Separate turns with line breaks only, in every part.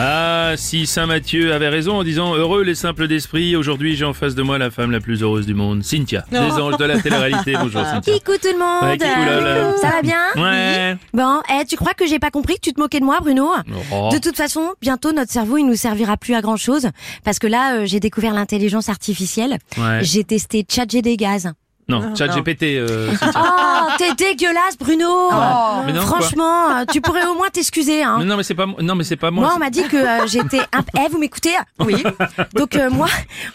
Ah, si Saint Matthieu avait raison en disant heureux les simples d'esprit, aujourd'hui j'ai en face de moi la femme la plus heureuse du monde, Cynthia, des anges de la télé-réalité. Bonjour Cynthia.
Kikou tout le monde
Ouais, kikou, là, là.
euh, Ça va bien
Ouais.
Bon, eh, tu crois que j'ai pas compris que tu te moquais de moi, Bruno
Oh.
De toute façon, bientôt notre cerveau, il nous servira plus à grand chose. Parce que là, euh, j'ai découvert l'intelligence artificielle.
Ouais.
J'ai testé ChatGPT des gaz.
Non, chat GPT. euh, Cynthia.
Oh, t'es dégueulasse, Bruno
Mais non,
Franchement, euh, tu pourrais au moins t'excuser. Hein.
Mais non mais c'est pas mo- non mais c'est pas moi.
Moi, on m'a dit que euh, j'étais un... Eh, vous m'écoutez Oui. Donc, euh, moi,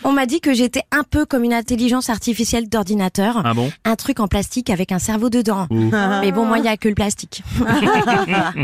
on m'a dit que j'étais un peu comme une intelligence artificielle d'ordinateur.
Ah bon
un truc en plastique avec un cerveau dedans.
Ouh.
Mais bon, moi, il n'y a que le plastique.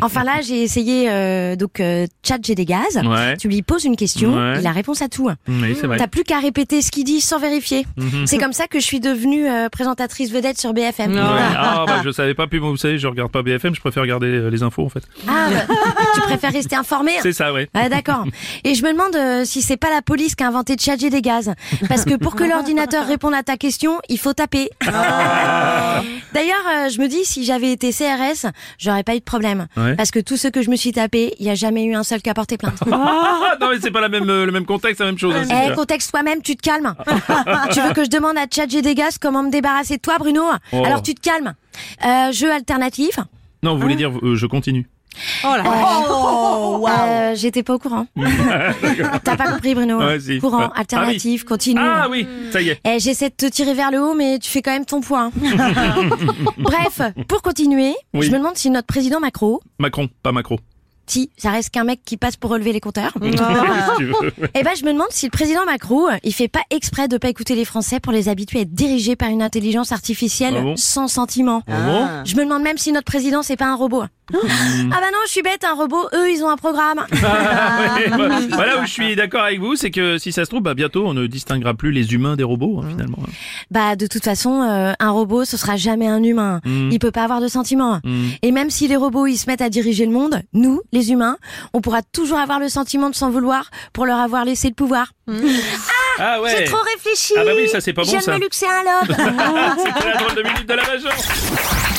enfin là, j'ai essayé euh, donc euh, chat j'ai des gaz.
Ouais.
Tu lui poses une question,
Ouais.
il a réponse à tout.
Oui, c'est vrai. Mhm.
T'as plus qu'à répéter ce qu'il dit sans vérifier. C'est comme ça que je suis devenue euh, présentatrice vedette sur BFM.
Ouais. Ah bah je savais pas puis moi vous savez je regarde pas BFM je préfère regarder euh, les infos en fait
Ah, bah, tu préfères rester informée
c'est ça ouais
Ah, d'accord. Et je me demande euh, si c'est pas la police qui a inventé chat j'ai des gaz. Parce que pour que l'ordinateur réponde à ta question, il faut taper.
Ah.
D'ailleurs, euh, je me dis, si j'avais été CRS, j'aurais pas eu de problème.
Ouais.
Parce que tout ce que je me suis tapé, il n'y a jamais eu un seul qui a porté plainte.
ah, non mais c'est pas la même euh, le même contexte la même chose hein,
Eh,
Cynthia.
contexte toi-même, tu te calmes. tu veux que je demande à ChatGPT des gaz comment me débarrasser de toi, Bruno
Oh.
Alors tu te calmes. Euh, jeu alternatif.
non vous voulez dire euh, je continue Oh,
Euh, J'étais pas au courant. T'as pas compris, Bruno
Ouais, si.
Courant,
Ah oui.
alternatif, continue.
ah oui ça y est
Eh, j'essaie de te tirer vers le haut, mais tu fais quand même ton point. hein. Bref, pour continuer,
Oui.
je me demande si notre président Macron,
Macron pas Macron
si ça reste qu'un mec qui passe pour relever les compteurs,
Si tu veux.
eh ben je me demande si le président Macron, euh, il fait pas exprès de pas écouter les Français pour les habituer à être dirigés par une intelligence artificielle
Ah bon
sans sentiment.
Ah bon
Je me demande même si notre président c'est pas un robot. Ah bah non, je suis bête, un robot, eux ils ont un programme.
Ah, ouais, bah, voilà où je suis d'accord avec vous, c'est que si ça se trouve, bah, bientôt on ne distinguera plus les humains des robots hein, finalement.
Bah de toute façon, euh, un robot ce sera jamais un humain.
Mm.
Il peut pas avoir de sentiments. Et même si les robots ils se mettent à diriger le monde, nous, les humains, on pourra toujours avoir le sentiment de s'en vouloir pour leur avoir laissé le pouvoir.
Ah ouais.
J'ai trop réfléchi.
Ah bah oui, ça, c'est pas bon,
Je viens de
ça.
me luxer un lobe.
C'était la drôle de minute de la majeure.